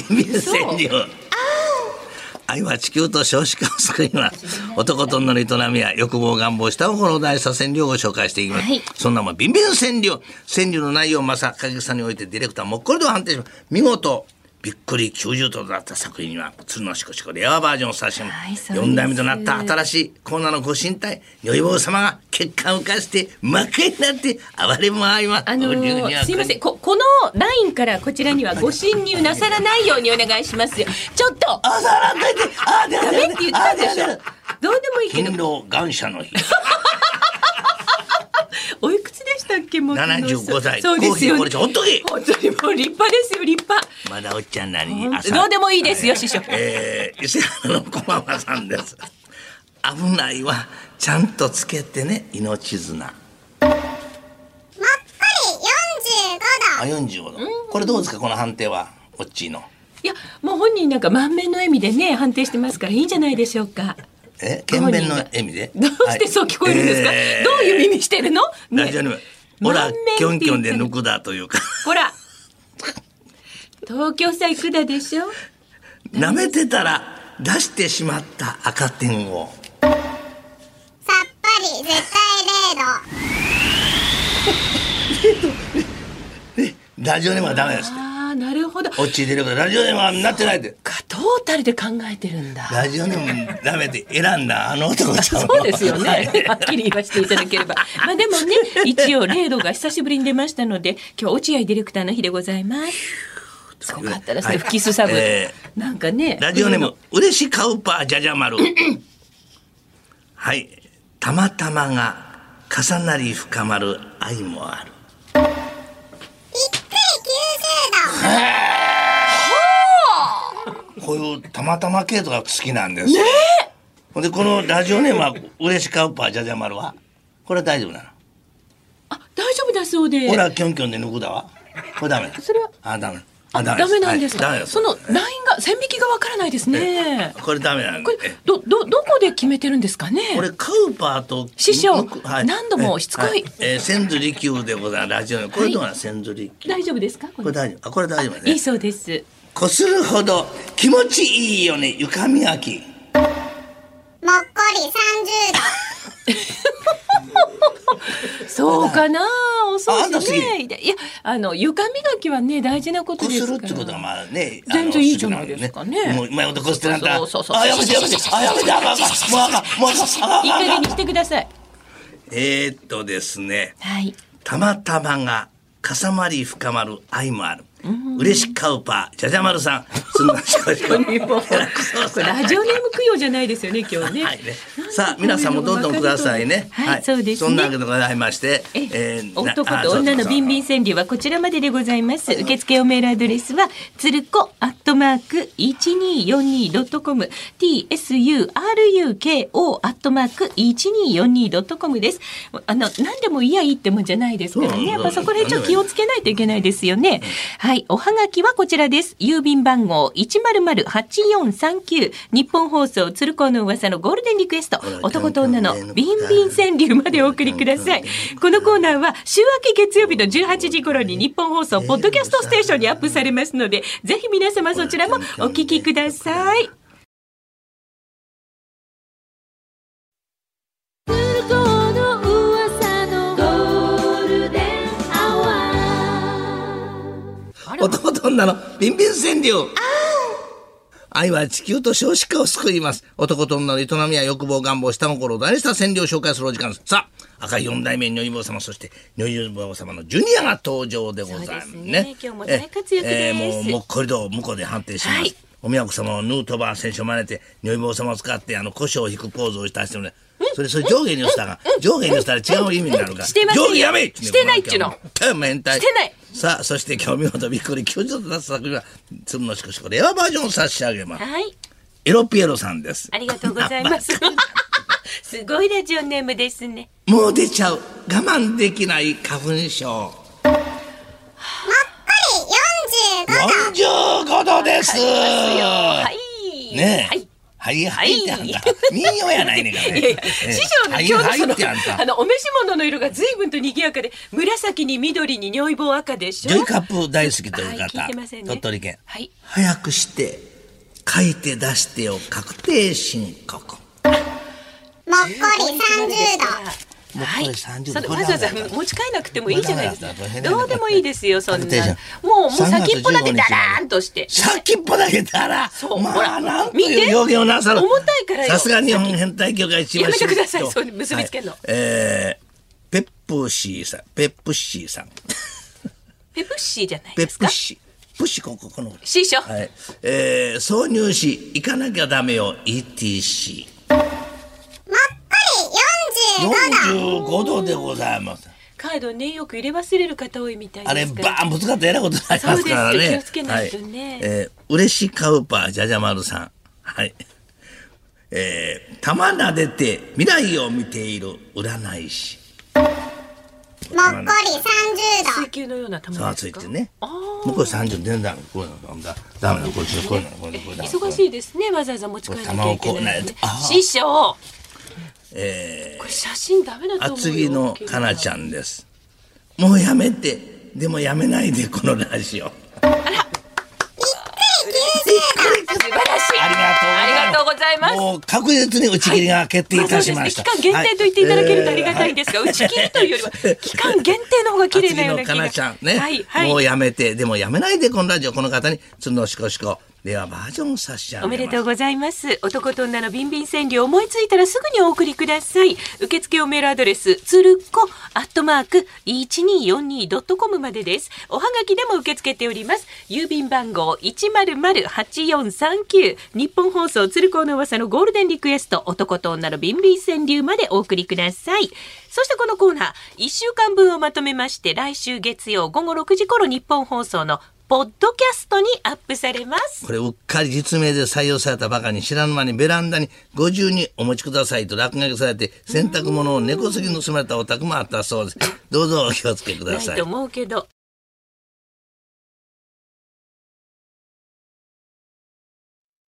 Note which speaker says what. Speaker 1: 川柳愛は地球と少子化を救います男と女の営みや欲望願望したをこの大した川柳をご紹介していきます、
Speaker 2: はい
Speaker 1: そんなもんビンビン川柳川柳の内容まさかげさにおいてディレクターもっこりと判定します見事びっくり90度だった作品には鶴のしこしこレアバージョンを差し上げま
Speaker 2: はいそうです
Speaker 1: す4代目となった新しいコーナーのご神体如意棒様が血管を浮かして真っ赤になって暴れ回ります
Speaker 2: あの
Speaker 1: 流に
Speaker 2: ー、
Speaker 1: は
Speaker 2: すいませんここのラインからこちらにはご侵入なさらないようにお願いしますよちょっと
Speaker 1: あ、さらんといて、あ、で
Speaker 2: ダメって言ったでしょどうでもいいけど
Speaker 1: 勤労感謝の日。
Speaker 2: おいくつでしたっけもう
Speaker 1: 75歳
Speaker 2: そうですよ
Speaker 1: コーヒーこれちょほっとけ
Speaker 2: 本当にもう立派ですよ立派
Speaker 1: まだおっちゃんなりに朝。
Speaker 2: どうでもいいですよ師匠
Speaker 1: えー、伊勢原の小浜さんです。危ないは、ちゃんとつけてね、命綱。
Speaker 3: もっこり45度
Speaker 1: あ、四十度。これどうですか、この判定は、おっちーの。
Speaker 2: いやもう本人なんか満面の笑みでね判定してますからいいんじゃないでしょうか
Speaker 1: え、剣弁の笑みで。
Speaker 2: どうしてそう聞こえるんですか、
Speaker 1: はいえー
Speaker 2: どういう耳してるの、
Speaker 1: ラジオネーム。ほら
Speaker 2: 満面って、
Speaker 1: キョンキョ
Speaker 2: 言
Speaker 1: ンで
Speaker 2: ったの
Speaker 1: 抜くだというか。
Speaker 2: ほら東京さ行くだでしょ
Speaker 1: 舐めてたら、出してしまった赤点を。
Speaker 3: さっぱり絶対0度
Speaker 1: ラジオネームはダメですって。
Speaker 2: ああなるほど
Speaker 1: おっちー出るから、ラジオネームはなってないで。
Speaker 2: かトータルで考えてるんだ
Speaker 1: ラジオネームダメで選んだあの男ちゃんは
Speaker 2: そうですよね。
Speaker 1: は
Speaker 2: はいっきり言わせていただければ。まあでもね、一応、0度が久しぶりに出ましたので、今日、落合ディレクターの日でございます。すごかったです
Speaker 1: は
Speaker 2: ね、
Speaker 1: い
Speaker 2: 吹きすさぶ
Speaker 1: え。
Speaker 2: なんかね。
Speaker 1: ラジオネーム嬉しカウパーじゃじゃ丸はいたまたまが重なり深まる愛もある
Speaker 3: びっくり90度
Speaker 1: こういうたまたま系とか好きなんですねほんでこのラジオネームは嬉しカウパーじゃじゃ丸はこれは大丈夫な
Speaker 2: あ、大丈夫だそうで
Speaker 1: の。ほらキョンキョンで抜くだわこれダメだ
Speaker 2: それは
Speaker 1: あダメだ
Speaker 2: あ
Speaker 1: あ
Speaker 2: ダメなんです
Speaker 1: はいダメ
Speaker 2: か。
Speaker 1: す
Speaker 2: そのラインが線引きがわからないですね。
Speaker 1: これダメなん
Speaker 2: こ
Speaker 1: で
Speaker 2: れどどどこで決めてるんですかね。
Speaker 1: これカウパーと
Speaker 2: 師匠
Speaker 1: むく
Speaker 2: 何度もしつこい
Speaker 1: はえー、千鶴利休でございますラジオのこれどうなん千鶴利休
Speaker 2: 大丈夫ですか。こ
Speaker 1: これ
Speaker 2: れ
Speaker 1: 大丈夫あこれ大丈夫だ
Speaker 2: いい
Speaker 1: ね
Speaker 2: そうです。
Speaker 1: こするほど気持ちいいよね床磨き
Speaker 3: もっこり30度
Speaker 2: そうかな。お
Speaker 1: ああ
Speaker 2: 掃
Speaker 1: んた
Speaker 2: 除
Speaker 1: すげ
Speaker 2: ね。いやあの床磨きはね大事なこと
Speaker 1: こ
Speaker 2: です
Speaker 1: す
Speaker 2: から。
Speaker 1: るってことはまあね
Speaker 2: 全然いいじゃないですかね
Speaker 1: あのもううまいことこすってなんか
Speaker 2: そうそうそう
Speaker 1: あやめてやめてあやめてあかんあかんもうあかんもうあかんあかんあかん
Speaker 2: いい加減にしてください。
Speaker 1: えー、っとですね
Speaker 2: はい。
Speaker 1: たまたまが重なり深まる愛もある嬉しカウパーじゃじゃ丸さんすんなしこしこ
Speaker 2: これラジオネーム供養じゃないですよね、今日ね。
Speaker 1: はいね。さあ皆さんもどんどんくださいね。
Speaker 2: はい、そうですね。
Speaker 1: そんなわけでございまして、
Speaker 2: え
Speaker 1: えーな
Speaker 2: 男
Speaker 1: あ
Speaker 2: と女のビンビン
Speaker 1: そうそうそ
Speaker 2: 川柳
Speaker 1: う
Speaker 2: はこちらまででございます。受付おメールアドレスは、つるこアットマーク 1242.com、tsuruko アットマーク 1242.com です。あの、何でもいいやいいってもんじゃないですから
Speaker 1: そう
Speaker 2: ね。やっぱ
Speaker 1: そ
Speaker 2: そうこら辺ちょっと気をつけないといけないですよね。はい、おはがきはこちらです。郵便番号100-8439、日本放送鶴子の噂のゴールデンリクエスト、男と女のビンビン川柳までお送りください。このコーナーは週明け月曜日の18時頃に日本放送ポッドキャストステーションにアップされますので、ぜひ皆様そちらもお聞きください。
Speaker 1: 男と女のビンビン川柳。愛は地球と少子化を救います。男と女の営みや欲望、願望、下心を大した占領を紹介するお時間です。さあ、赤い四代目女優坊様、そして女優坊様のジュニアが登場でございます
Speaker 2: そうです
Speaker 1: ね。
Speaker 2: ね今日も大活躍
Speaker 1: ええ
Speaker 2: です
Speaker 1: もう、もうこれと向こうで判定します。
Speaker 2: はい
Speaker 1: お宮子様をヌートバー選手を真似て、女優坊様を使って、あの、胡椒を引くポーズをしたしてもね、それ、それ上下にしたら、上下にしたら違う意味になるから。
Speaker 2: してませんよ
Speaker 1: 上下やめ
Speaker 2: してないっちゅうの。
Speaker 1: 天面体。
Speaker 2: してない
Speaker 1: さあ、そして今日見事びっくり90度出す作品は、つむのしこしこレアバージョンを差し上げます。
Speaker 2: はい、
Speaker 1: エロピエロさんです。
Speaker 2: ありがとうございます。 すごいラジオネームですね。
Speaker 1: もう出ちゃう。我慢できない花粉症。
Speaker 3: もっこり45度
Speaker 1: 45度です。
Speaker 2: はい。
Speaker 1: ねえ。
Speaker 2: はい。
Speaker 1: ははいはいってあんた民謡やないねんからね
Speaker 2: いやいや、師匠の
Speaker 1: はい
Speaker 2: 今
Speaker 1: は
Speaker 2: 日
Speaker 1: い
Speaker 2: の
Speaker 1: ってあん
Speaker 2: その、
Speaker 1: た
Speaker 2: あの、お召し物の色が随分と賑やかで、紫に緑に尿意棒赤でしょ
Speaker 1: ジョイカップ大好きという
Speaker 2: はい聞
Speaker 1: 方、
Speaker 2: いてませんね
Speaker 1: 鳥取県、
Speaker 2: はい
Speaker 1: 早くして書いて出してよ確定申告
Speaker 3: もっこり30度
Speaker 1: もうこ
Speaker 2: は
Speaker 1: れ
Speaker 2: い、
Speaker 1: 30
Speaker 2: そ
Speaker 1: 度
Speaker 2: の
Speaker 1: こ
Speaker 2: わ
Speaker 1: れ
Speaker 2: ざわざ
Speaker 1: ダメだ
Speaker 2: 持ち帰らなくてもいいじゃないですか
Speaker 1: これダメだ。
Speaker 2: どうでもいいですよ、そんな
Speaker 1: 確定じゃん。
Speaker 2: もう、もう
Speaker 1: 3月
Speaker 2: 先っぽだけだらーんとして。
Speaker 1: 先っぽだけだら
Speaker 2: そうほ
Speaker 1: ま
Speaker 2: ら
Speaker 1: あなんと
Speaker 2: 見
Speaker 1: い
Speaker 2: て
Speaker 1: う表現をなさる
Speaker 2: 重たいからよ
Speaker 1: さすが日本変態協会一番
Speaker 2: やめてください
Speaker 1: しぶと
Speaker 2: そう結びつけんの
Speaker 1: はいえーペップシーさんペップシーさん
Speaker 2: ペプッシーじゃない
Speaker 1: ペ
Speaker 2: です
Speaker 1: ップ
Speaker 2: か。
Speaker 1: シープッシーこここの
Speaker 2: 師匠。
Speaker 1: はいえー挿入し行かなきゃダメよ ETC
Speaker 3: もっこり45度
Speaker 1: 45度でございます
Speaker 2: カードね、よく入れ忘れる方多いみたい
Speaker 1: あれ
Speaker 2: で
Speaker 1: バ
Speaker 2: すから。
Speaker 1: ーンぶつかってえらいことになりますから
Speaker 2: そ
Speaker 1: ね
Speaker 2: うですよ気をつけないとね
Speaker 1: はいえー、嬉しカウパーじゃじゃ丸さんはいえー、玉撫でて未来を見ている占い師
Speaker 3: もっこり30度
Speaker 2: 水球のような球
Speaker 1: さあ
Speaker 2: で
Speaker 1: つ
Speaker 2: す
Speaker 1: い
Speaker 2: か
Speaker 1: て。ねもうこれ30出んだこういうのだダメだこれこういうのこういうのこういうの
Speaker 2: 忙しいですね、わざわざ持ち帰らなきゃいけないので
Speaker 1: こう球をこうなるあ。ー
Speaker 2: 師匠。
Speaker 1: え
Speaker 2: これ写真ダメだ
Speaker 1: ー、
Speaker 2: と思うよ。
Speaker 1: 厚木のかなちゃんですもうやめてでもやめないでこのラジオ
Speaker 2: 素晴らしい。
Speaker 1: ありがと
Speaker 2: ありがと
Speaker 1: う
Speaker 2: うございます。
Speaker 1: もう確実に打ち切りが決定いたしました。
Speaker 2: あそうですね期間限定と言っていただけるとありがたいんですが、打ち切りというよりは、期間限定の方が綺麗なような気が。
Speaker 1: 次のかなちゃんね、
Speaker 2: はい、はい。
Speaker 1: もうやめて、でもやめないで、このラジオ、この方に、つんのしこしこ、ではバージョン差し上げ
Speaker 2: お
Speaker 1: ます。
Speaker 2: めでとうございます。男と女のビンビン川柳思いついたらすぐにお送りください。受付おメールアドレス、つるっこ、アットマーク、1242.com までです。おはがきでも受け付けております。郵便番号100-8439、日本放送つるこの噂のゴールデンリクエスト、男と女のビンビン川柳までお送りください。そしてこのコーナー、1週間分をまとめまして、来週月曜午後6時頃日本放送のポッドキャストにアップされます。
Speaker 1: これうっかり実名で採用されたばかに知らぬ間にベランダにご自由にお持ちくださいと落書きされて洗濯物を根こそぎ盗まれたお宅もあったそうです。どうぞお気をつけくだ
Speaker 2: な
Speaker 1: さ
Speaker 2: い
Speaker 1: い
Speaker 2: と。思うけど